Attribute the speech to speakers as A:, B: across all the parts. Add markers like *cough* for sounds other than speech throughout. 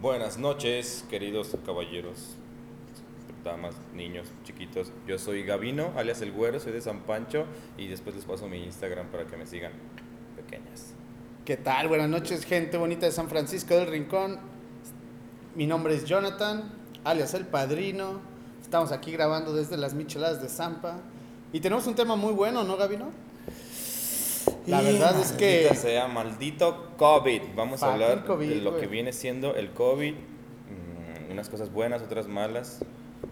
A: Buenas noches, queridos caballeros, damas, niños, chiquitos. Yo soy Gavino, alias El Güero, soy de San Pancho y después les paso mi Instagram para que me sigan. Pequeñas.
B: ¿Qué tal? Buenas noches, gente bonita de San Francisco del Rincón. Mi nombre es Jonathan, alias El Padrino. Estamos aquí grabando desde las Micheladas de Zampa. Y tenemos un tema muy bueno, ¿no, Gavino? La verdad es que
A: Maldita sea maldito COVID. Vamos a
B: Fucking
A: hablar
B: COVID,
A: de lo
B: güey.
A: que viene siendo el COVID. Mm, unas cosas buenas, otras malas.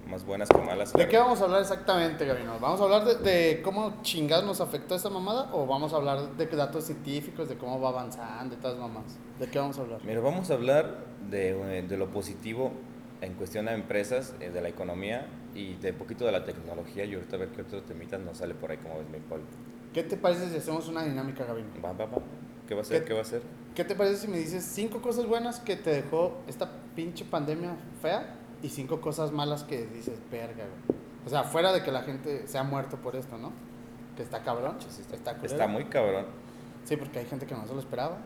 A: Más buenas que malas.
B: ¿De
A: claro.
B: qué vamos a hablar exactamente, Gabino? ¿Vamos a hablar de, de cómo chingados nos afectó esta mamada? ¿O vamos a hablar de datos científicos, de cómo va avanzando y todas las mamás? ¿De qué vamos a hablar?
A: Mira, vamos a hablar de, eh, de lo positivo en cuestión a empresas, eh, de la economía y de un poquito de la tecnología. Y ahorita a ver qué otro temita nos sale por ahí, como ves mi Paul.
B: ¿Qué te parece si hacemos una dinámica, Gabino?
A: Va, va, va. ¿Qué va a ser?
B: ¿Qué-
A: ¿Qué, va a ser?
B: ¿Qué te parece si me dices cinco cosas buenas que te dejó esta pinche pandemia fea y cinco cosas malas que dices, verga, güey"? O sea, fuera de que la gente se ha muerto por esto, ¿no? Que está cabrón,
A: Sí, sí,
B: está,
A: está-
B: culero.
A: Está muy cabrón.
B: Sí, porque hay gente que no se lo esperaba.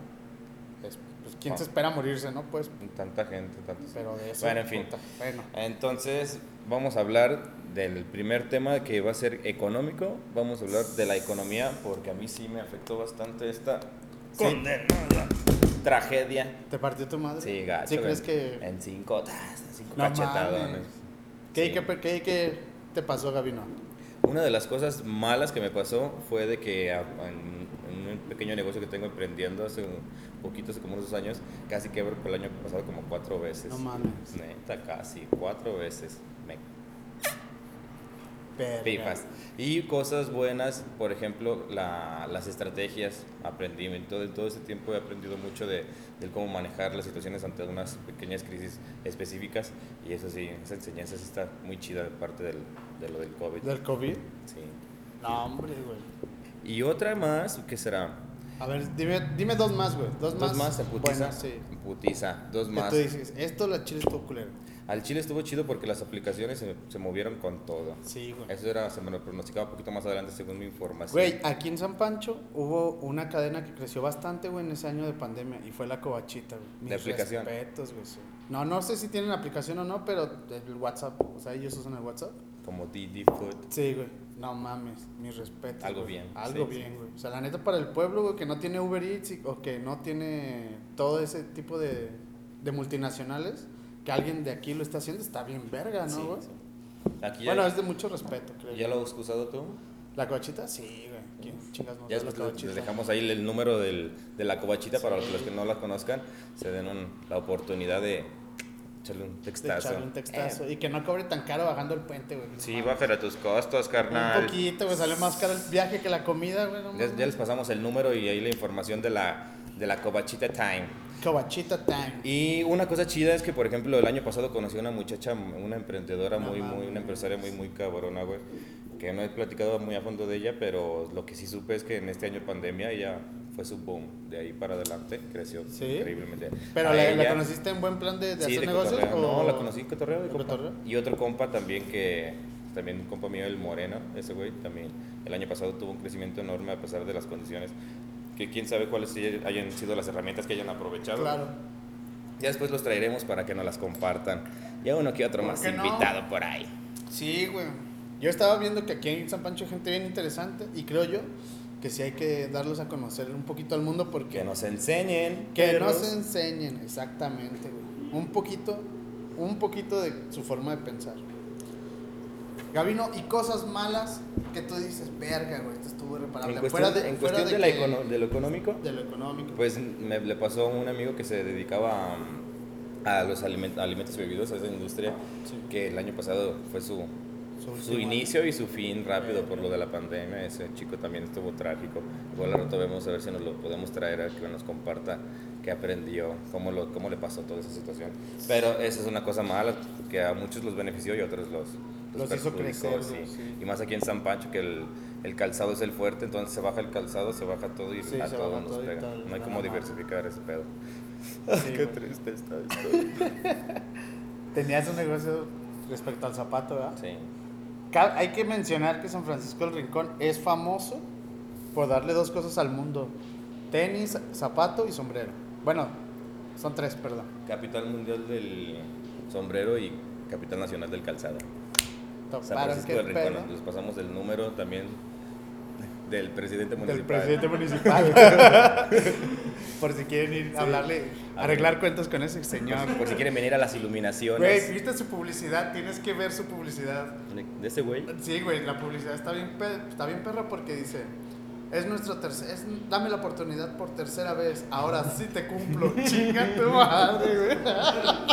B: Es- pues, ¿quién
A: Ah.
B: se espera morirse, no? Pues,
A: Tanta gente, tantos.
B: pero de eso...
A: Bueno, en fin.
B: puta, bueno.
A: Entonces, vamos a hablar del primer tema que va a ser económico. Vamos a hablar de la economía, porque a mí sí me afectó bastante esta condenada tragedia.
B: ¿Te partió tu madre?
A: Sí, gacho. Eh,
B: ¿Sí crees
A: en-
B: que...?
A: En cinco, tas, cinco
B: No
A: cachetadones.
B: mames. ¿Qué,
A: Sí.
B: qué- qué- qué te pasó, Gabino?
A: Una de las cosas malas que me pasó fue de que a- en, en un pequeño negocio que tengo emprendiendo hace un poquito, hace como unos dos años, casi quebro por el año pasado como cuatro veces.
B: No mames.
A: Neta, casi cuatro veces. Me
B: Verga.
A: Pifas. Y cosas buenas, por ejemplo, la- las estrategias. Aprendí, en todo, en todo ese tiempo he aprendido mucho de, del cómo manejar las situaciones ante unas pequeñas crisis específicas. Y eso sí, esa enseñanza sí está muy chida de parte del, de lo del COVID.
B: ¿Del COVID?
A: Sí.
B: No, hombre, güey.
A: Y otra más, ¿qué será?
B: A ver, dime, dime dos más, güey. Dos,
A: Dos más, en putiza.
B: buenas, sí.
A: En putiza, dos
B: Que
A: más.
B: tú dices, esto la chile estuvo culero.
A: Al Chile estuvo chido porque las aplicaciones se, se movieron con todo.
B: Sí, güey.
A: Eso era, se me lo pronosticaba un poquito más adelante según mi información.
B: Güey, aquí en San Pancho hubo una cadena que creció bastante, güey, en ese año de pandemia y fue la Covachita, güey. Mis
A: De aplicación.
B: respetos, güey. sí. No, no sé si tienen aplicación o no, pero el WhatsApp, o sea, ellos usan el WhatsApp.
A: Como DD Food.
B: Sí, güey. No mames, mis respetos.
A: Algo
B: güey.
A: bien,
B: Algo
A: sí,
B: bien, güey. O sea, la neta para el pueblo, güey, que no tiene Uber Eats y- o que no tiene todo ese tipo de, de multinacionales, que alguien de aquí lo está haciendo, está bien verga, ¿no,
A: Sí,
B: güey?
A: sí. Aquí ya,
B: Bueno, es de mucho respeto, creo.
A: ¿Ya
B: yo.
A: lo has usado tú?
B: ¿La covachita? Sí, güey. ¿Quién chingas no
A: Ya
B: usa la
A: después le,
B: covachita?
A: le dejamos ahí el número del, de la covachita para
B: Sí.
A: los que no la conozcan, se den un- la oportunidad de echarle un
B: De
A: textazo.
B: echarle un textazo.
A: Eh,
B: Y que no cobre tan caro bajando el puente, güey.
A: sí,
B: No mames.
A: bájale a tus costos, carnal.
B: Un poquito, güey. Sale más caro el viaje que la comida, güey. No
A: Ya,
B: mames.
A: ya les pasamos el número y ahí la información de la, de la covachita time.
B: Covachita time.
A: Y una cosa chida es que, por ejemplo, el año pasado conocí a una muchacha, una emprendedora
B: No
A: muy, muy,
B: mames.
A: una empresaria muy, muy cabrona, güey. Que no he platicado muy a fondo de ella, pero lo que sí supe es que en este año pandemia ella fue su boom. De ahí para adelante creció
B: Sí.
A: increíblemente.
B: ¿Pero
A: A
B: la, la
A: ella-
B: conociste en buen plan de, de
A: sí,
B: hacer
A: de
B: negocios?
A: cotorreo.
B: o-
A: No, la conocí en cotorreo. de
B: ¿En
A: compa.
B: cotorreo?
A: Y otro compa también que, también un compa mío, el Moreno, ese güey también, el año pasado tuvo un crecimiento enorme a pesar de las condiciones. Que quién sabe cuáles hayan sido las herramientas que hayan aprovechado.
B: Claro.
A: Ya después los traeremos para que nos las compartan. Ya uno que otro
B: ¿Por
A: más
B: qué no?
A: invitado por ahí.
B: Sí, güey. Yo estaba viendo que aquí en San Pancho hay gente bien interesante y creo yo que sí hay que darlos a conocer un poquito al mundo porque
A: Que nos enseñen.
B: que
A: perros.
B: nos enseñen exactamente, güey. Un poquito, un poquito de su forma de pensar. Gabino, y cosas malas que tú dices, verga, güey, esto estuvo reparable.
A: En cuestión, en cuestión de, la
B: que-
A: econo- de lo económico,
B: de lo económico.
A: pues me le pasó a un amigo que se dedicaba a, a los aliment- alimentos y bebidas, a esa industria,
B: Sí.
A: que el año pasado fue su, Pues, su
B: último
A: inicio y su fin rápido por lo de la pandemia. Ese chico también estuvo trágico. Igual al rato vemos a ver si nos lo podemos traer a que nos comparta qué aprendió, cómo, lo, cómo le pasó toda esa situación. Pero esa es una cosa mala, que a muchos los benefició y a otros los,
B: Los hizo
A: perjudicó,
B: crecer, ¿no?
A: sí.
B: Sí.
A: Y más aquí en San Pancho, que el, el calzado es el fuerte, entonces se baja el calzado, se baja todo y
B: Sí,
A: a
B: se
A: todos
B: baja
A: nos
B: todo y
A: pega.
B: tal,
A: No hay
B: la
A: cómo
B: mamá.
A: diversificar ese pedo. *laughs*
B: año. Sí, güey.
A: triste está esto.
B: Tenías un negocio respecto al zapato, ¿verdad?
A: Sí.
B: Ca- Hay que mencionar que San Francisco del Rincón es famoso por darle dos cosas al mundo: tenis, zapato y sombrero. Bueno, Son tres, perdón.
A: Capital mundial del sombrero y capital nacional del calzado. San
B: Toparon
A: Francisco
B: qué
A: del Rincón.
B: pedo.
A: Entonces pasamos el número también del presidente
B: Del
A: municipal.
B: presidente municipal.
A: *laughs*
B: *laughs* Por si quieren ir a hablarle,
A: A
B: arreglar cuentas con ese señor.
A: *laughs* Por si quieren venir a las
B: Güey,
A: iluminaciones
B: viste su publicidad, tienes que ver su publicidad.
A: de ese güey.
B: Sí, güey, la publicidad está bien, pe- está bien perra porque dice, es nuestro tercer, es- dame la oportunidad por tercera vez, ahora sí
A: *laughs*
B: te cumplo, chinga tu madre, güey. *laughs*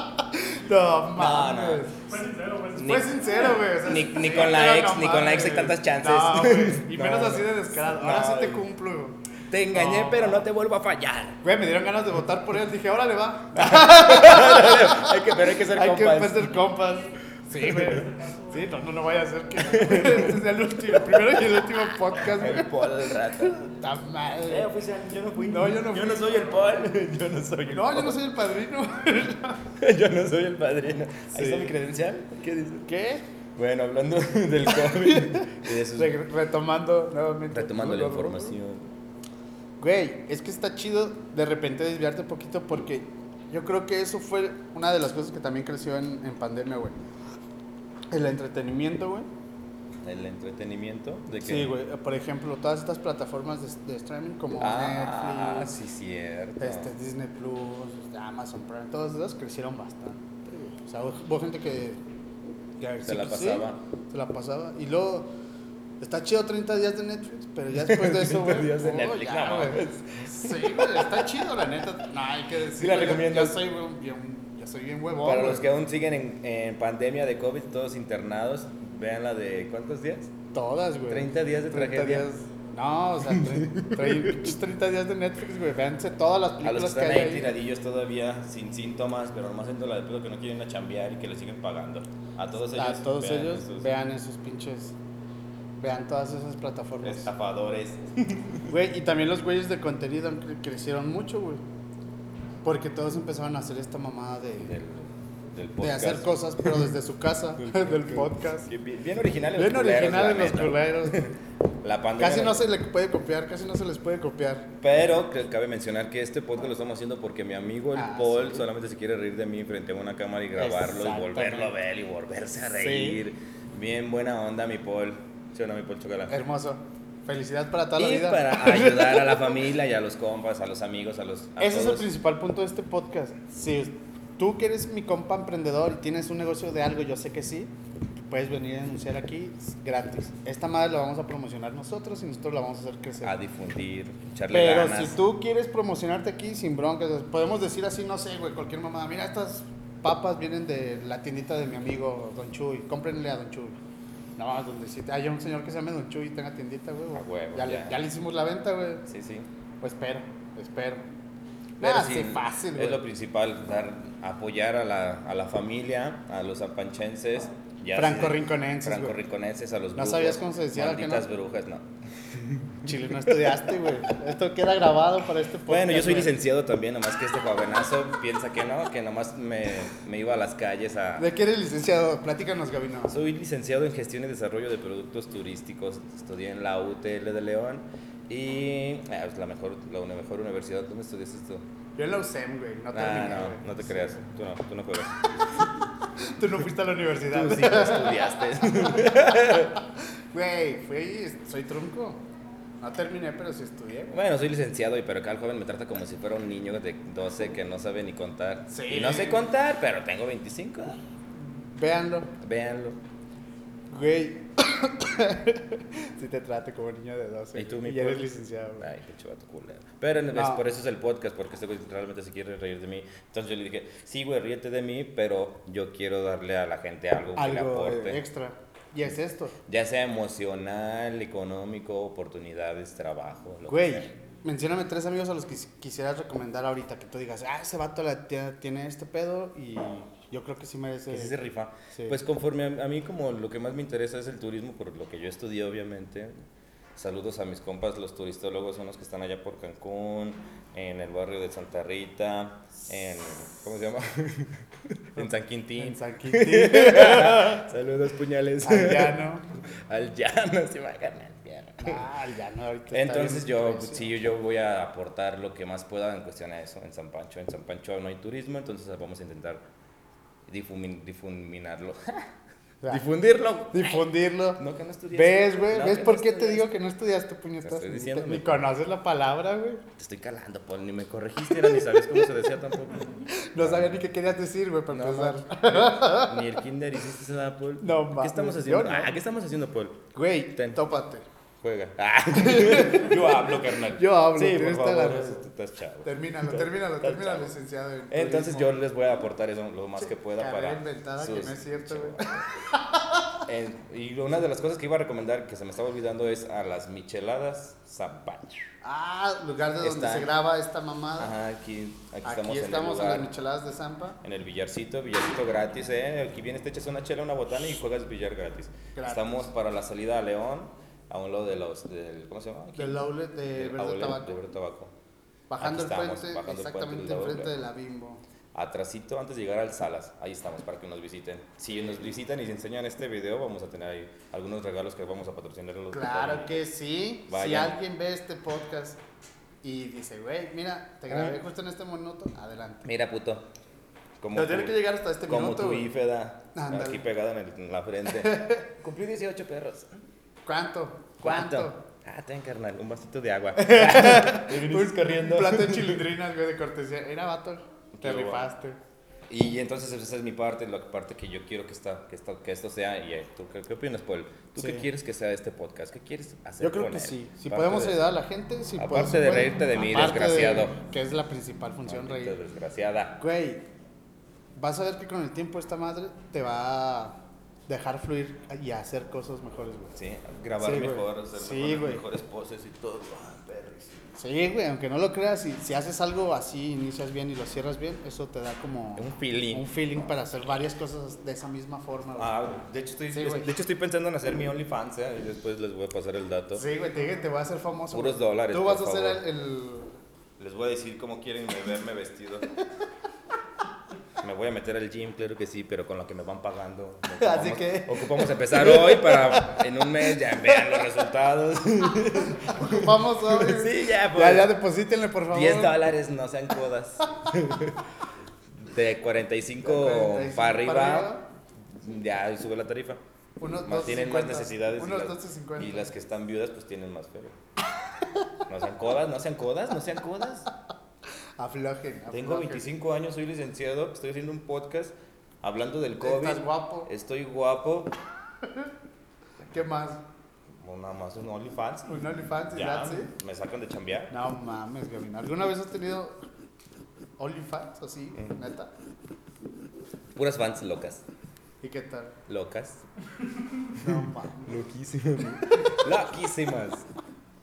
B: No, mames.
C: Fue sincero, fue sincero.
B: Fue sincero, güey. o sea,
A: ni- ni
B: sí,
A: con la
B: pero
A: ex- ni con la ex hay
B: mames.
A: tantas chances. *laughs*
B: No, güey, y menos
A: No,
B: así de descarado, ahora
A: no,
B: sí te
A: güey.
B: cumplo, güey.
A: Te engañé,
C: No.
A: pero no te vuelvo a fallar.
B: Güey, me dieron ganas de votar por él, dije, órale, va,
A: *laughs* Hay que, pero hay que ser
B: hay
A: compas.
B: que ser compas. Sí, güey. Sí, no, no, no vaya a ser que *laughs* este sea el último, el primero y el último
A: *laughs*
B: podcast, güey.
A: El Paul del rato.
B: Puta madre.
A: Eh, yo no fui.
B: No, yo no fui.
A: soy el Paul. *laughs* Yo no soy el
B: No, yo no soy el padrino.
A: Yo no soy el padrino.
B: Sí.
A: Ahí está mi credencial. ¿Qué dice?
B: ¿Qué?
A: Bueno, hablando *laughs* del COVID *laughs* y de sus-
B: Re- retomando nuevamente.
A: Retomando la información.
B: Güey, es que está chido de repente desviarte un poquito porque yo creo que eso fue una de las cosas que también creció en, en pandemia, güey. El entretenimiento, güey.
A: El entretenimiento. De que,
B: Sí, güey. Por ejemplo, todas estas plataformas de, de streaming como
A: Ah,
B: Netflix,
A: sí, cierto.
B: este, Disney Plus, este, Amazon Prime, todas esas crecieron bastante. güey. O sea, hubo, hubo gente que, que
A: Se la
B: que
A: pasaba.
B: se la pasaba. Y luego, está chido 30 días de Netflix, pero ya después
A: *laughs*
B: de eso,
A: 30
B: güey.
A: días de
B: oh,
A: Netflix,
B: ya,
A: no
B: güey.
A: mames.
B: Sí, güey, está chido, la neta. No, hay que
A: la
B: decirlo. yo-
A: recomiendas.
B: Yo, soy güey, bien, ya soy bien huevón.
A: Para
B: güey.
A: los que aún siguen en, en pandemia de COVID, todos internados, vean la de ¿cuántos días?
B: Todas, güey.
A: 30 días de
B: 30
A: tragedia.
B: días- No, o sea,
A: *laughs*
B: tre- tre- pinches 30 días de Netflix, güey. Véanse todas las
A: A los
B: películas
A: que
B: que,
A: están
B: hay.
A: ahí
B: ahí.
A: tiradillos todavía sin síntomas, pero nomás en la de pedo que no quieren a chambear y que le siguen pagando. A todos ellos.
B: a todos
A: vean
B: ellos
A: esos
B: vean esos pinches vean todas esas plataformas
A: Estafadores.
B: güey y también los güeyes de contenido han cre- crecieron mucho güey porque todos empezaron a hacer esta mamada de,
A: Del, del
B: de
A: podcast.
B: hacer cosas pero desde
A: *laughs*
B: su casa *laughs* del podcast
A: Que Bien, bien originales.
B: bien
A: los culeros,
B: original
A: la
B: en los
A: neta. *laughs*
B: culeros
A: La pandemia.
B: casi
A: nos-
B: no se le puede copiar casi no se les puede copiar
A: Pero que- cabe mencionar que este podcast lo estamos haciendo porque mi amigo el
B: Ah,
A: Paul
B: sí.
A: solamente se quiere reír de mí frente a una cámara y grabarlo y volverlo a ver y volverse a reír. Bien buena onda mi Paul. ¿Sí o no, mi Paul Chocala?
B: hermoso felicidad para Eh, toda la
A: Y
B: vida
A: para
B: *laughs*
A: ayudar a la familia y a los compas, a los amigos, a los a
B: Ese es el
A: todos.
B: principal punto de este podcast. Si tú que eres mi compa emprendedor y tienes un negocio de algo, yo sé que sí, puedes venir a anunciar aquí es gratis. Esta madre la vamos a promocionar nosotros y nosotros la vamos a hacer crecer.
A: a difundir, echarle
B: Pero
A: ganas.
B: si tú quieres promocionarte aquí sin broncas, podemos decir así, no sé, güey, cualquier mamada. Mira, estas papas vienen de la tiendita de mi amigo Don Chuy, cómprenle a Don Chuy. No, donde si hay un señor que se llame Don Chuy y tenga tiendita, güey.
A: A huevo,
B: ya, le-
A: ya.
B: ya le hicimos la venta, güey.
A: Sí, sí.
B: Pues espero, espero.
A: Pero
B: Nada,
A: sí,
B: sí, fácil,
A: Es
B: güey.
A: lo principal, dar, apoyar a la, a la familia, a los apanchenses. y a-
B: Franco-rinconenses, güey.
A: Franco-rinconenses, a los
B: ¿No
A: brujos,
B: sabías cómo se decía la que
A: Malditas
B: no?
A: brujas, no.
B: Chile, no estudiaste, güey. Esto queda grabado para este podcast.
A: Bueno, yo soy
B: güey.
A: licenciado también, nomás que este jovenazo piensa que no, que nomás me, me iba a las calles a...
B: ¿De qué eres licenciado? Platícanos, Gabino.
A: Soy licenciado en gestión y desarrollo de productos turísticos, estudié en la UTL de León y ah, es la mejor, la una- mejor universidad. ¿Dónde estudiaste esto? Ah,
B: Yo en la USEM, güey. No
A: No,
B: te terminé,
A: no,
B: güey.
A: no te creas, tú no, tú no
B: *laughs*
A: juegas.
B: Tú no fuiste a la universidad.
A: Tú sí no estudiaste. *laughs*
B: *laughs* Güey, fui, soy trunco. No terminé, pero sí estudié, güey.
A: Bueno, soy licenciado, y pero acá el joven me trata como si fuera un niño de 12 que no sabe ni contar.
B: Sí.
A: Y no sé contar, pero tengo 25.
B: Véanlo.
A: Véanlo.
B: Güey. *coughs* si te trate como niño de 12.
A: ¿Y tú,
B: güey,
A: mi
B: ya eres
A: Paul?
B: licenciado, güey.
A: Ay, pinche vato culero. Pero en- es-
B: No.
A: por eso es el podcast, porque este güey realmente se quiere reír de mí. Entonces yo le dije, sí, güey, ríete de mí, pero yo quiero darle a la gente algo que le
B: Algo
A: aporte.
B: eh, extra. Y es esto.
A: Ya sea emocional, económico, oportunidades, trabajo. lo que sea.
B: Güey, mencióname tres amigos a los que quis- quisieras recomendar ahorita. Que tú digas, ah, ese vato la tiene, tiene este pedo y yo creo que sí merece.
A: Que sí se rifa.
B: Sí.
A: Pues conforme a, a mí como lo que más me interesa es el turismo, por lo que yo estudié obviamente. Saludos a mis compas, los turistólogos son los que están allá por Cancún, en el barrio de Santa Rita, en... ¿Cómo se llama? *laughs* en San Quintín.
B: En
A: *laughs*
B: San Quintín,
A: Saludos, puñales.
B: allá, ¿no?
A: *laughs* Al llano, se va a ganar el llano.
B: Ah, ya no, ahorita está
A: Entonces
B: bien
A: yo, pues,
B: precio.
A: sí, yo voy a aportar lo que más pueda en cuestión a eso, en San Pancho. En San Pancho no hay turismo, entonces vamos a intentar difumin- difuminarlo.
B: O sea,
A: *laughs* Difundirlo.
B: difundirlo.
A: No, que no estudiaste.
B: ¿Ves, güey?
A: No,
B: ¿Ves
A: que
B: por
A: no
B: qué te
A: estudiaste.
B: digo que no estudiaste puñetas?
A: Te estoy
B: Ni
A: diciendo,
B: te-
A: mi
B: Ni conoces la palabra, güey.
A: Te estoy calando, Paul. Ni me corregiste, era, ni sabías cómo se decía
B: *laughs*
A: tampoco.
B: No sabía ni qué querías decir, güey, para
A: No,
B: empezar.
A: Ni el kinder hiciste nada, Paul.
B: No,
A: ¿Qué
B: mames,
A: estamos
B: yo
A: haciendo?
B: no.
A: Ah, ¿qué estamos haciendo, Paul?
B: Güey,
A: Ten.
B: tópate. *laughs*
A: Juega. *laughs* Ah. Yo hablo, carnal.
B: Yo hablo,
A: Sí, por
B: tienes toda la
A: favor.
B: razón.
A: Tú estás chavo.
B: Termínalo, termínalo,
A: Está
B: termínalo,
A: chavo.
B: licenciado. en
A: Entonces yo
B: turismo.
A: les voy a aportar eso lo más que pueda
B: carrera
A: para...
B: inventada que no es cierto, güey.
A: chavales. En- y una de las cosas que iba a recomendar que se me estaba olvidando es a las micheladas San Pancho.
B: Ah, lugar de donde
A: Está.
B: se graba esta mamada.
A: Ajá, aquí, aquí, estamos,
B: Aquí
A: en el
B: estamos, en, las
A: lugar,
B: micheladas de Zampa.
A: en el billarcito, billarcito gratis, eh. Aquí vienes, te echas una chela, una botana y juegas billar gratis.
B: Gratis.
A: Estamos para la salida a León, a un lado de los... del- ¿Cómo se llama? Aquí.
B: Del outlet de
A: Del
B: Verde
A: outlet
B: Tabaco.
A: de Verde Tabaco.
B: Bajando el
A: Aquí estamos,
B: puente,
A: bajando el puente
B: exactamente
A: del
B: enfrente
A: outlet.
B: de la Bimbo.
A: Atrasito, antes de llegar al Salas, ahí estamos para que nos visiten. Si nos visitan y se enseñan este video, vamos a tener ahí algunos regalos que vamos a patrocinar a los
B: Claro que sí. Si
A: Vayan.
B: alguien ve este podcast y dice, güey, mira, te grabé justo en este minuto, adelante.
A: Mira, puto. Como
B: Pero tiene
A: tu-
B: que llegar hasta este
A: como
B: minuto.
A: tu
B: güey.
A: bífeda,
B: Ándale.
A: aquí pegada en, el- en la
B: *laughs*
A: frente. Cumplí 18 perros.
B: ¿Cuánto?
A: ¿Cuánto? Ah, ten, carnal, un vasito de
B: *laughs*
A: agua. *laughs* y viniste
B: Un plato de chilindrinas, güey, de cortesía. Era vato. Te
A: Qué guapo.
B: rifaste.
A: Y entonces esa es mi parte, la parte que yo quiero que, esta, que, esta- que esto sea. Y eh, tú, ¿qué, qué opinas, Paul? ¿Tú qué
B: Sí.
A: quieres que sea este podcast? ¿Qué quieres hacer
B: Yo creo
A: con
B: que
A: él?
B: sí. Si
A: Parte
B: podemos
A: de-
B: ayudar a la gente, si
A: Aparte
B: podemos-
A: de
B: bueno,
A: reírte de mí,
B: aparte de-
A: desgraciado.
B: que es la principal función,
A: Maldita
B: reír.
A: desgraciada.
B: Güey, vas a ver que con el tiempo esta madre te va a dejar fluir y a hacer cosas mejores, güey.
A: Sí, grabar
B: Sí, güey.
A: mejor, hacer
B: Sí,
A: mejor-
B: güey.
A: mejores poses y todo. Ah, perris.
B: Sí, güey, aunque no lo creas, si, si haces algo así, inicias bien y lo cierras bien, eso te da como
A: Un feeling.
B: un feeling para hacer varias cosas de esa misma forma, güey.
A: Ah, de hecho, estoy,
B: Oh. Sí, güey.
A: de hecho estoy pensando en hacer mi OnlyFans ¿eh? y después les voy a pasar el dato.
B: Sí, güey, te dije, te voy a hacer famoso.
A: Puros
B: güey.
A: dólares,
B: Tú vas
A: por
B: a ser
A: favor.
B: el, el-
A: Les voy a decir cómo quieren me- verme vestido. Me voy a meter al gym, claro que sí, pero con lo que me van
B: *laughs*
A: pagando.
B: Así
A: Ocupamos-
B: que-
A: Ocupamos empezar hoy para en un mes ya vean los
B: *laughs*
A: resultados.
B: Ocupamos hoy.
A: *laughs* Sí, ya, pues.
B: Ya, ya, deposítenle, por favor.
A: 10 dólares, no sean
B: *laughs*
A: codas. De 45,
B: De 45
A: para
B: para
A: arriba,
B: arriba.
A: ya sube la tarifa.
B: Unos
A: más tienen más
B: 12.50,
A: necesidades.
B: unos
A: y, las,
B: 12.50.
A: y las que están viudas, pues tienen más feria. No sean codas, no sean codas, no sean
B: *laughs*
A: codas.
B: Aflojen, aflojen.
A: Tengo 25 años, soy licenciado, estoy haciendo un podcast hablando del COVID.
B: Estás guapo.
A: Estoy guapo.
B: ¿Qué más?
A: Bueno, nada más un OnlyFans.
B: Un OnlyFans y
A: Ya,
B: that's it.
A: me sacan de chambear.
B: No mames, Gavin. ¿Alguna vez has tenido OnlyFans así, neta?
A: Puras fans locas.
B: ¿Y qué tal?
A: Locas. *laughs*
B: No mames.
A: Loquísimas. Loquísimas.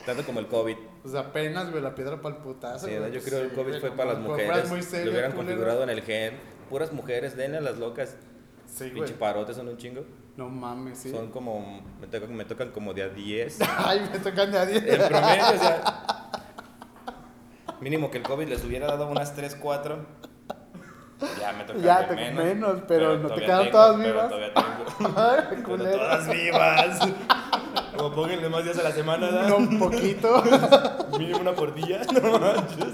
A: Tanto como el COVID.
B: Pues apenas, güey, la piedra para el putazo.
A: Sí,
B: Ah, güey.
A: yo creo que el
B: Sí,
A: COVID
B: güey,
A: fue
B: no
A: para las
B: mames, como
A: mujeres.
B: fueras muy serio,
A: Lo hubieran
B: culero.
A: configurado en el gen. Puras mujeres, denle a las locas.
B: Sí,
A: Pinche
B: güey.
A: parotes son un chingo.
B: No mames, sí.
A: Son como. Me tocan, me tocan como de a 10.
B: *laughs* Ay, me tocan de
A: *laughs*
B: a diez.
A: En promedio, o sea. Mínimo que el COVID les hubiera dado unas 3, 4. Ya me tocan
B: Ya,
A: de
B: te-
A: menos.
B: menos, pero no te
A: todavía
B: quedaron
A: tengo,
B: todas
A: pero
B: vivas.
A: todavía tengo.
B: *laughs* Ay,
A: Pero
B: *laughs* culero.
A: todas vivas. Como pónganle más días a la semana, ¿da?
B: No, un poquito. *laughs*
A: Mínimo una por día, *laughs* no manches.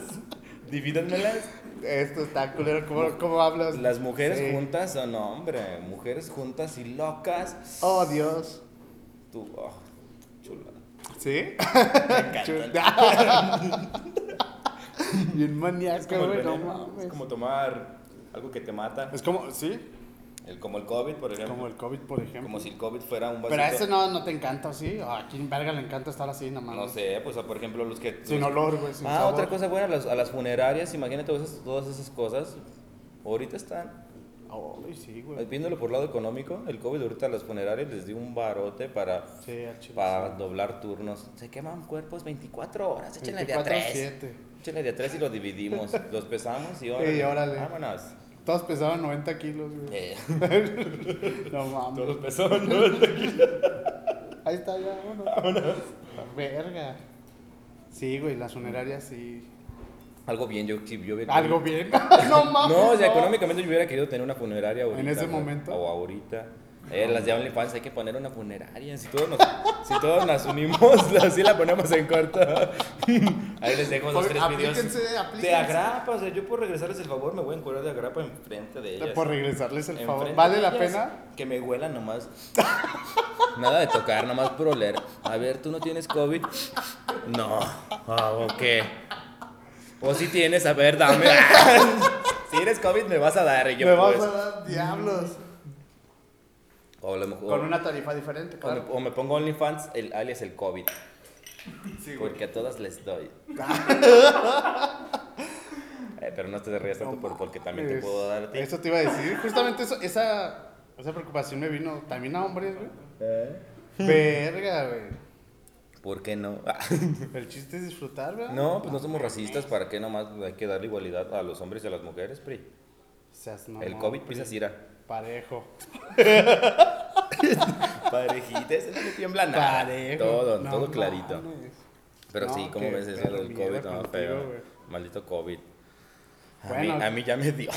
A: Divídanmelas. Pues,
B: Esto está culero. ¿Cómo, cómo hablas?
A: Las mujeres
B: Sí.
A: juntas son, no, hombre, mujeres juntas y locas.
B: Oh, Dios.
A: Tú, oh, chula.
B: *laughs* ¿Sí?
A: Me
B: *laughs*
A: encanta.
B: Bien
A: Es
B: maníaco,
A: como, el
B: güey. No
A: veneno, es
B: mames.
A: como tomar algo que te mata.
B: Es como, sí,
A: El, como el COVID, por ejemplo. Como,
B: como el COVID, por ejemplo.
A: si el COVID fuera un vasito.
B: Pero a ese no, no te encanta, ¿o ¿sí? ¿O ¿A quién verga le encanta estar así, nada más?
A: No sé, pues por ejemplo los que...
B: Sin
A: los-
B: olor, güey, sin
A: Ah,
B: sabor.
A: otra cosa buena, las- a las funerarias, imagínate todas esas, todas esas cosas. Ahorita están,
B: Ay, sí, güey.
A: viéndolo por lado económico, el COVID ahorita a las funerarias les dio un barote para,
B: Sí, a Chile.
A: para doblar turnos. Se queman cuerpos 24 horas, échenle de a 3.
B: 24/7.
A: Échenle de a 3 y los dividimos, los pesamos y órale.
B: *laughs* Sí, órale.
A: Vámonos.
B: Todos pesaban 90 kilos, güey.
A: Eh,
B: No mames.
A: pesamos, ¿no?
B: Ahí está, ya, vámonos.
A: Vámonos.
B: Verga. Sí, güey, las funerarias sí.
A: *laughs* Algo bien, yo, sí, yo
B: Algo bien. *laughs* no mames.
A: No, o sea, económicamente yo hubiera querido tener una funeraria ahorita.
B: En ese
A: güey,
B: momento.
A: O ahorita. Eh, las de OnlyFans hay que poner una funeraria. Si todos nos, si todos nos unimos, *laughs* la- sí la ponemos en corto. *laughs* Ahí les dejo los
B: Por-
A: tres videos.
B: aplíquense,
A: De
B: aplíquense.
A: agrapa, o sea, yo por regresarles el favor me voy a encuadrar de agrapa enfrente de ellas.
B: Por regresarles el favor.
A: Enfrente
B: ¿Vale
A: de
B: la
A: ellas,
B: pena?
A: Que me huelan nomás. *laughs* Nada de tocar, nomás por oler. A ver, ¿tú no tienes COVID? No. Ah, ok. O si tienes, a ver,
B: *laughs*
A: dame. si eres COVID, me vas a dar. Y yo,
B: Me vas
A: pues,
B: a dar diablos.
A: O, a lo mejor-
B: Con una tarifa diferente,
A: o me,
B: claro.
A: o me pongo OnlyFans, el alias el COVID.
B: Sí, güey.
A: Porque a todas les
B: *laughs*
A: doy. Eh, pero no te rías tanto por- porque también te
B: Es-
A: puedo dar a ti.
B: Eso te iba a decir. Justamente eso, esa, esa preocupación me vino también a hombres, güey. Eh.
A: Hmm.
B: Verga, güey.
A: ¿Por qué no?
B: El chiste es disfrutar, ¿verdad?
A: No, pues no somos racistas, ¿para qué nomás hay que darle igualdad a los hombres y a las mujeres, PRI?
B: Seas mamón,
A: El COVID pues,
B: güey.
A: pisa cira.
B: Parejo.
A: Parejita, ese no le tiembla nada.
B: Parejo.
A: Todo,
B: No
A: todo clarito.
B: mames. *laughs*
A: Pero
B: No,
A: sí, ¿cómo
B: qué
A: ves eso
B: perra
A: del
B: mierda
A: COVID? No,
B: contigo,
A: feo.
B: güey.
A: Maldito COVID. A, mí,
B: Bueno.
A: a mí ya me dio.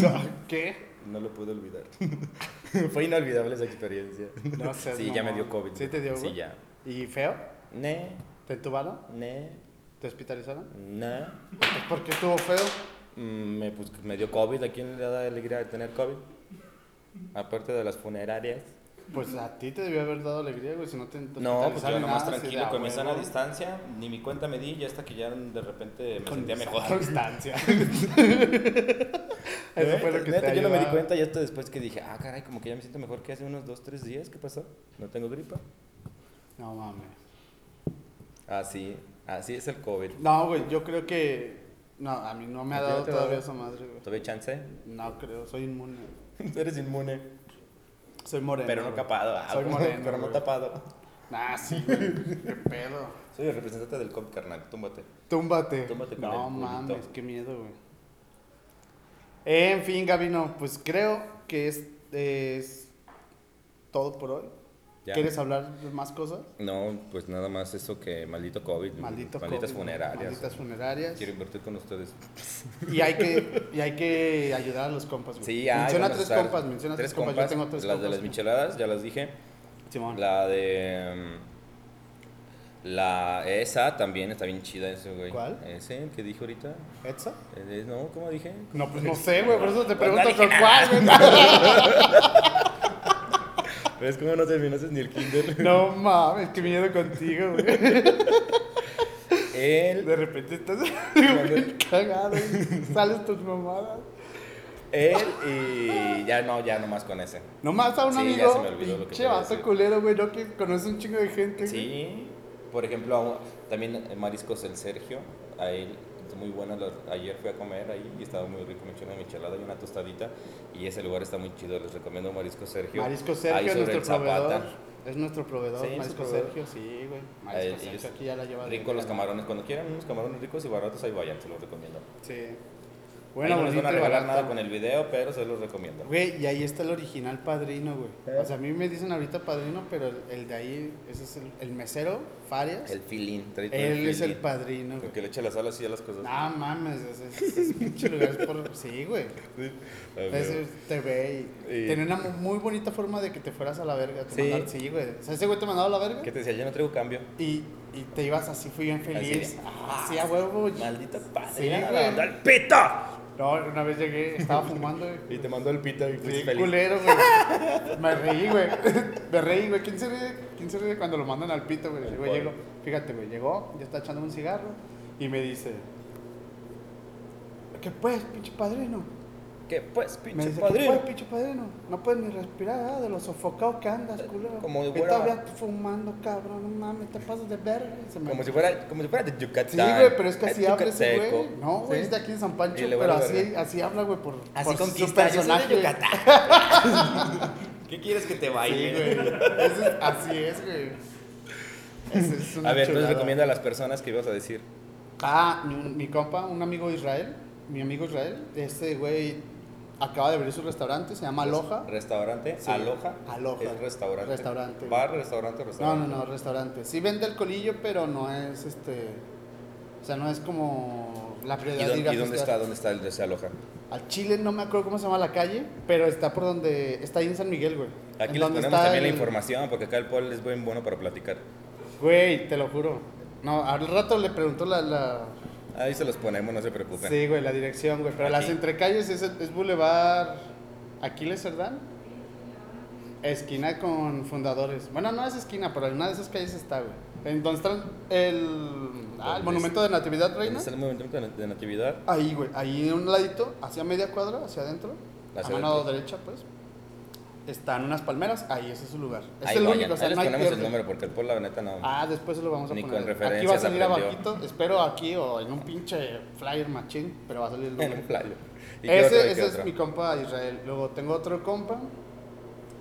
A: *laughs*
B: ¿Qué?
A: No lo pude olvidar. *laughs* Fue inolvidable esa experiencia.
B: No seas
A: sí, ya me
B: mamón.
A: dio COVID.
B: ¿Sí te dio,
A: Sí,
B: güey?
A: ya.
B: ¿Y feo?
A: Ne,
B: ¿Te entubaron?
A: ne,
B: ¿Te hospitalizaron?
A: ne.
B: Pues, ¿Por qué estuvo feo?
A: Mm, Me, pues, me dio COVID. ¿A quién le da alegría de tener COVID? Aparte de las funerarias.
B: Pues a ti te debió haber dado alegría, güey, si no te
A: No, pues yo
B: hospitalizaron ni
A: nomás
B: nada, así de,
A: tranquilo
B: ah,
A: con mi
B: huevo.
A: sana distancia, ni mi cuenta me di y hasta que ya de repente me
B: Con
A: sentía
B: sana
A: mejor. *laughs*
B: distancia.
A: Eh, *laughs*
B: Eso fue lo que
A: neta,
B: te
A: yo no me di
B: ayudaba.
A: cuenta y hasta después que dije, ah, caray, como que ya me siento mejor que hace unos 2, 3 días, ¿qué pasó? ¿No tengo gripa?
B: No mames.
A: Así, así es el COVID.
B: No, güey, yo creo que. No, a mí no me
A: ¿A
B: ha
A: ti no
B: dado
A: te ha dado?
B: todavía esa madre, güey.
A: ¿Tuve chance? *laughs*
B: No creo, soy inmune.
A: Eres inmune.
B: Soy moreno.
A: Pero no
B: güey.
A: capado. ah,
B: Soy moreno.
A: Pero no
B: güey.
A: tapado.
B: Ah, sí,
A: *laughs*
B: güey. Qué pedo.
A: Soy el representante del COVID, carnal, túmbate.
B: Túmbate.
A: Túmbate con
B: no
A: el
B: mames,
A: culito.
B: qué miedo, güey. En fin, Gabino, pues creo que es, es todo por hoy.
A: Ya.
B: ¿Quieres hablar de más cosas?
A: No, pues nada más eso que maldito COVID.
B: Maldito
A: malditas
B: COVID,
A: funerarias.
B: Malditas funerarias.
A: Quiero invertir con ustedes.
B: Y hay que, y hay que ayudar a los compas, güey.
A: Sí, hay, vamos
B: Menciona
A: a
B: tres
A: estar-
B: compas, menciona tres, compas. Yo tengo tres
A: Las
B: compas.
A: de las
B: güey.
A: micheladas, ya las dije.
B: Simón.
A: La de. mm, La. Esa también está bien chida, ese güey.
B: ¿Cuál?
A: Ese, el que dije ahorita.
B: ¿Etza?
A: Eh, eh, No, ¿cómo dije?
B: No, pues no sé, güey, por eso te
A: No,
B: pregunto
A: no
B: con
A: dije
B: cuál,
A: *laughs*
B: güey.
A: ¿Ves cómo no terminaste ni el
B: *laughs*
A: kinder?
B: No mames, qué miedo contigo, güey.
A: El.
B: De repente estás *laughs* güey, cagado, güey. sales tus mamadas.
A: Él y. Ya no, ya nomás con ese.
B: Nomás a un
A: Sí, ya se me
B: amigo,
A: olvidó lo que
B: pinche
A: te iba a
B: vato
A: decir.
B: culero, güey, no que conoce un chingo de gente, güey.
A: Sí. Por ejemplo, a un- también eh, Mariscos el Sergio. A él, es muy bueno. lo- Ayer fui a comer ahí y estaba muy rico. Me eché una michelada y una tostadita. Y ese lugar está muy chido. Les recomiendo Mariscos Sergio.
B: Marisco
A: Ahí
B: Sergio es
A: sobre
B: nuestro
A: el Zapata.
B: proveedor. Es nuestro proveedor,
A: Sí, es su
B: Marisco
A: proveedor.
B: Sergio, sí, güey.
A: Eh,
B: Marisco
A: ellos-
B: Sergio aquí ya la lleva.
A: Rico
B: bien.
A: los camarones. Cuando quieran unos camarones ricos y baratos, ahí vayan, se los recomiendo.
B: Sí.
A: Bueno,
B: Bueno,
A: no les van
B: bonito
A: a
B: y
A: regalar
B: barato.
A: nada con el video, pero se los recomiendo.
B: Güey, y ahí está el original padrino, güey.
A: ¿Eh?
B: O sea, a mí me dicen ahorita padrino, pero el, el de ahí, ese es el, el mesero, Farias.
A: El filín.
B: él es el Ah, padrino, güey.
A: Porque le echa la sal así a las cosas.
B: No mames, ese, ese- ese pinche lugar es por. Sí, güey.
A: A ver.
B: Ese te ve y.
A: Y-
B: Tenía una mu- muy bonita forma de que te fueras a la verga. Te
A: Sí.
B: mandaba- sí, güey. O sea, ese güey te mandaba a la verga.
A: ¿Qué te decía? Yo no traigo cambio.
B: Y, y te ibas así, fui bien
A: Así
B: feliz.
A: de,
B: Ah, sí, a huevo.
A: Maldita padre.
B: Sí,
A: ya,
B: güey.
A: anda el pita!
B: No, una vez llegué, estaba fumando, güey.
A: *laughs* Y te mandó el pita y fuiste
B: Sí,
A: feliz.
B: culero, güey. Me reí, güey. *laughs* Me reí, güey. ¿Quién se ríe, quién se ríe cuando lo mandan al pito, güey?
A: El
B: Güey,
A: pobre.
B: llegó, fíjate, güey, llegó, ya está echando un cigarro y me dice, ¿qué pues, pinche padrino?
A: ¿Qué pues,
B: me
A: pinche
B: dice, ¿qué
A: padrino?
B: pues, pinche padrino? No puedes ni respirar, ah, de lo sofocado que andas, culero.
A: Como de
B: Y
A: güera.
B: todavía tú fumando, cabrón, no mames, te pasas de verga. Y se me-
A: Como si fuera, como si fuera de Yucatán.
B: Sí, güey, pero es que así
A: Es
B: habla ese güey.
A: yucateco.
B: No, güey,
A: Sí.
B: es de aquí en San Pancho,
A: Y le
B: pero
A: vale
B: así,
A: verga.
B: así habla, güey, por,
A: Así
B: por
A: conquista. Yo soy de Yucatán. ¿Qué quieres que te
B: Sí,
A: baile?
B: güey.
A: *laughs*
B: Ese es- así es, güey. Ese es una
A: A ver, entonces
B: chulada.
A: recomienda a las personas que ibas a decir.
B: Ah, mi, mi compa, un amigo de Israel, mi amigo Israel, este güey acaba de abrir su restaurante, se llama Aloha.
A: Restaurante,
B: Sí.
A: aloja.
B: Aloha.
A: Es restaurante.
B: Restaurante.
A: Bar, restaurante,
B: No,
A: restaurante.
B: no, no, restaurante. Sí vende alcoholillo, pero no es este. O sea, no es como la
A: ¿Y
B: prioridad de ir
A: dónde,
B: a
A: y dónde está?
B: pistear.
A: ¿Dónde está el de ese aloja?
B: Al Chile no me acuerdo cómo se llama la calle, pero está por donde. Está ahí en San Miguel, güey.
A: Aquí
B: ¿En
A: les
B: dónde
A: ponemos
B: está
A: también la
B: el-
A: información, porque acá el Paul es bien bueno para platicar.
B: Güey, te lo juro. No, al rato le preguntó la... la...
A: Ahí se los ponemos, no se preocupen.
B: Sí, güey, la dirección, güey. Pero las
A: Aquí.
B: entrecalles es, es Boulevard Aquiles Cerdán. Esquina con fundadores. Bueno, no es esquina, pero en una de esas calles está, güey. En donde está el, ah, el
A: ¿Dónde
B: monumento de Natividad
A: ¿Dónde
B: Reina.
A: está el movimiento este de de natividad?
B: Ahí, güey, ahí en un ladito, hacia media cuadra, hacia adentro,
A: Hacia
B: a mano
A: adentro.
B: derecha, pues, están unas palmeras, ahí ese es su lugar. Es
A: Ahí
B: el
A: vayan.
B: único, o sea,
A: Ahí les
B: no hay
A: ponemos el
B: pierde.
A: número, porque el Paul, la neta, no.
B: Ah, después se lo vamos a
A: Ni
B: poner.
A: con
B: aquí va a
A: referencias
B: salir
A: aprendió.
B: abajito, espero aquí o en un pinche flyer machín, pero va a salir el
A: en
B: número.
A: un playo. ¿Y qué
B: Ese,
A: otro? ¿Y qué
B: ese es
A: otro?
B: mi compa Israel. Luego tengo otro compa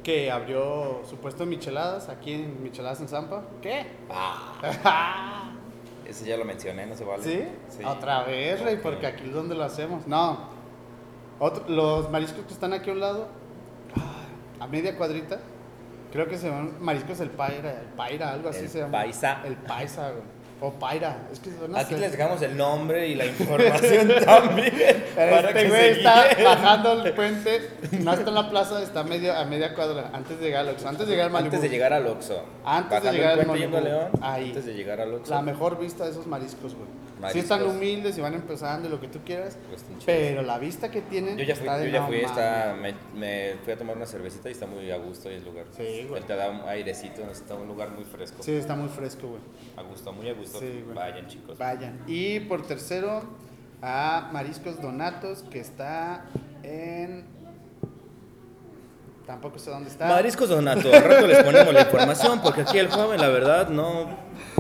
B: que abrió su puesto en Micheladas, aquí en Micheladas en Zampa. ¿Qué?
A: Ah, ese ya lo mencioné, no se vale.
B: ¿Sí? Otra vez, rey, porque aquí es donde lo hacemos. No. Otro- los mariscos que están aquí a un lado, ah, a media cuadrita, creo que se llaman mariscos el paira, el paira, algo así
A: El
B: se llama.
A: Paisa.
B: El paisa, güey. O paira. Es que no
A: Aquí
B: sé.
A: les dejamos el nombre y la *laughs* información también.
B: Pero
A: para
B: este
A: que
B: güey
A: se
B: está
A: guíen.
B: bajando el puente, no está en la plaza, está a media, a media cuadra, antes de llegar al Oxxo, antes de llegar al Malibu.
A: Antes de llegar al Oxxo.
B: Antes de
A: Bajando el
B: llegar al
A: puente yendo a
B: Malibu.
A: León.
B: Ahí.
A: Antes de llegar al Oxxo.
B: La mejor vista de esos mariscos, güey. Si
A: Mariscos.
B: están humildes y van empezando y lo que tú quieras,
A: Pues, están chidos.
B: pero la vista que tienen
A: Yo ya fui,
B: está de
A: yo ya
B: no
A: fui,
B: mames.
A: está, me, me fui a tomar una cervecita y está muy a gusto el lugar.
B: Sí, güey.
A: Te da un airecito, está un lugar muy fresco.
B: Sí, está muy fresco, güey.
A: A gusto, muy a gusto.
B: Sí, güey.
A: Vayan, chicos.
B: Vayan. Y por tercero, a Mariscos Donatos, que está en... Tampoco sé dónde está.
A: Mariscos Donato, al rato les ponemos la información porque aquí el joven, la verdad, no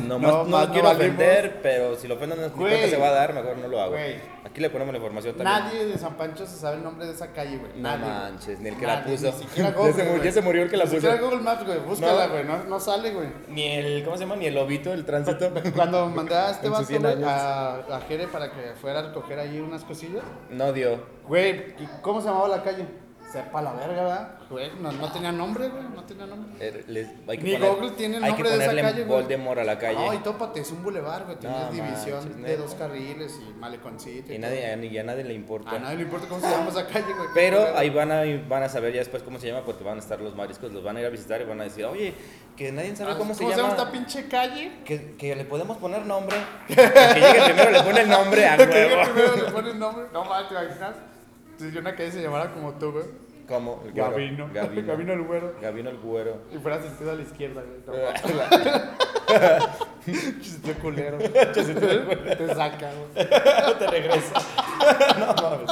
A: no, más- no
B: No, más
A: lo
B: no
A: quiero
B: valimos.
A: ofender, pero si lo ofenden no
B: Güey.
A: cuenta se va a dar, mejor no lo hago.
B: Güey.
A: Aquí le ponemos la información también.
B: Nadie de San Pancho se sabe el nombre de esa calle, güey.
A: No
B: Nadie.
A: manches, ni el que la
B: Nadie,
A: puso.
B: Ni
A: *laughs*
B: siquiera
A: Ya
B: Google,
A: se murió-
B: güey.
A: ya se murió el que la
B: Ni
A: puso.
B: siquiera Google Maps, güey. Búscala,
A: No.
B: güey. No, no sale, güey.
A: Ni el, ¿cómo se llama? Ni el lobito, el
B: *laughs*
A: tránsito. *laughs*
B: Cuando mandé a este
A: En sus
B: vato
A: 100
B: güey,
A: años.
B: a, a Jere para que fuera a recoger ahí unas cosillas,
A: No dio.
B: güey, ¿y ¿cómo se llamaba la calle? Sepa la verga, ¿verdad? Güey, no, no tenía nombre, güey. No tenía nombre.
A: Eh, les- hay que
B: Ni
A: poner-
B: Google tiene el
A: hay
B: nombre
A: que
B: de esa
A: ponerle
B: calle, güey.
A: Voldemort a la calle.
B: No, y tópate, es un bulevar, güey. Tenías
A: No
B: división
A: manches,
B: de
A: neta.
B: dos carriles y maleconcito.
A: y
B: Y
A: nadie, y a nadie le
B: todo.
A: importa.
B: A nadie le importa cómo se llama esa calle, güey.
A: Pero ahí van a, van a saber ya después cómo se llama porque van a estar los mariscos, los van a ir a visitar y van a decir, oye, que nadie sabe
B: Ah,
A: cómo se
B: ¿Cómo se
A: llama.
B: llama esta pinche calle?
A: que, que le podemos poner nombre. *laughs* El que llegue primero le pone el nombre a
B: *laughs* Que
A: *laughs*
B: diga
A: huevo.
B: primero le pone el nombre. No mames, ¿te imaginas? Si yo una calle se llamara como tú, güey.
A: Como el güero.
B: Gabino.
A: Gabino.
B: *laughs* Gabino el güero.
A: Gabino el
B: *laughs*
A: güero.
B: Y fuera sentido a la izquierda, güey.
A: Eh.
B: No mames, chiste
A: *laughs*
B: culero. Te saca, güey.
A: te regreso. no mames.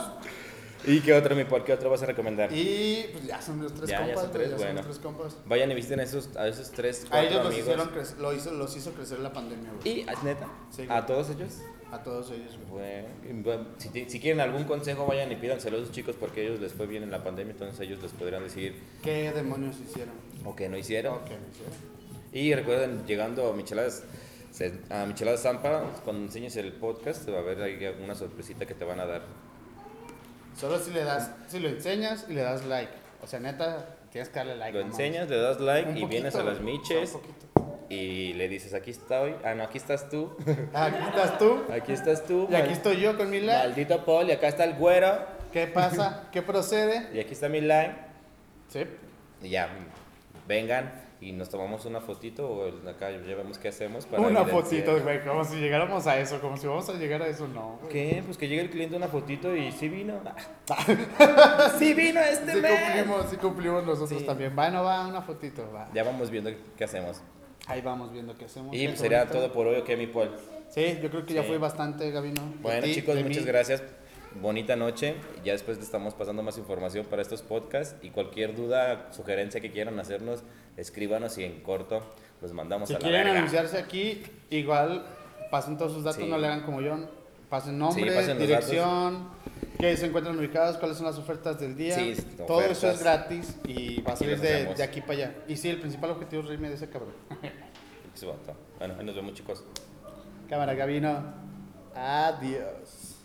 A: ¿Y qué otro, mi por qué otro vas a recomendar?
B: Y pues ya son los tres
A: Ya, ya
B: compas,
A: son
B: güey,
A: tres, bueno.
B: tres compas.
A: Vayan y visiten a esos, a esos tres,
B: A
A: cuatro
B: ellos los,
A: amigos.
B: hicieron crec- lo hizo, los hizo crecer la pandemia, güey.
A: Y, ¿es neta,
B: Sí, güey.
A: a todos ellos.
B: A todos ellos, güey.
A: Bueno, y, bueno, si, ti- si quieren algún consejo, vayan y pídanselo a esos chicos porque ellos les fue bien en la pandemia, entonces ellos les podrían decir
B: ¿Qué demonios hicieron?
A: o que no hicieron.
B: Ok, sí.
A: Y recuerden, llegando a Micheladas, se- a Micheladas Zampa, cuando enseñes el podcast, te va a haber ahí alguna sorpresita que te van a dar.
B: Solo si le das, si lo enseñas y le das like. O sea, neta, tienes que darle like.
A: Lo
B: no mames.
A: enseñas, le das
B: Un
A: like y
B: poquito,
A: vienes a las
B: güey,
A: miches
B: un poquito.
A: y le dices, aquí estoy, ah no, aquí estás
B: *laughs*
A: tú,
B: Aquí estás tú
A: aquí estás tú,
B: y aquí
A: mal-
B: estoy yo con mi like.
A: maldito Paul, y acá está el güero,
B: ¿Qué pasa? ¿Qué procede?
A: y aquí está mi like,
B: Sí.
A: y ya, vengan y nos tomamos una fotito o el- acá ya vemos qué hacemos para
B: Una
A: evidenciar.
B: fotito, güey, como si llegáramos a eso, como si vamos a llegar a eso, no. güey.
A: ¿Qué? Pues que llegue el cliente una fotito y sí
B: *laughs*
A: vino. sí vino este
B: Sí
A: mes.
B: cumplimos, sí cumplimos nosotros
A: Sí.
B: también. Va, no va, una fotito, va.
A: Ya vamos viendo qué hacemos.
B: Ahí vamos viendo qué hacemos.
A: Y
B: qué
A: pues, sería
B: bonito.
A: todo por hoy, ¿ok, mi Paul?
B: Sí, yo creo que ya
A: Sí.
B: fue bastante, Gabino. De
A: Bueno,
B: ti,
A: chicos,
B: de
A: muchas
B: mí.
A: gracias. Bonita noche. Ya después les estamos pasando más información para estos podcasts. Y cualquier duda, sugerencia que quieran hacernos, escríbanos y en corto los mandamos
B: Si
A: a la
B: quieren
A: verga.
B: anunciarse aquí, igual pasen todos sus datos,
A: Sí.
B: no le hagan como yo. Pasen nombre,
A: Sí, pasen los
B: dirección, que se encuentran ubicados, cuáles son las ofertas del día.
A: Sí,
B: Todo eso es
A: ofertas.
B: gratis y va a
A: Aquí
B: salir
A: las
B: de,
A: hacemos.
B: de aquí para allá. Y sí, el principal objetivo es reírme de ese cabrón.
A: Bueno, ahí nos vemos, chicos.
B: Cámara, Gabino. Adiós.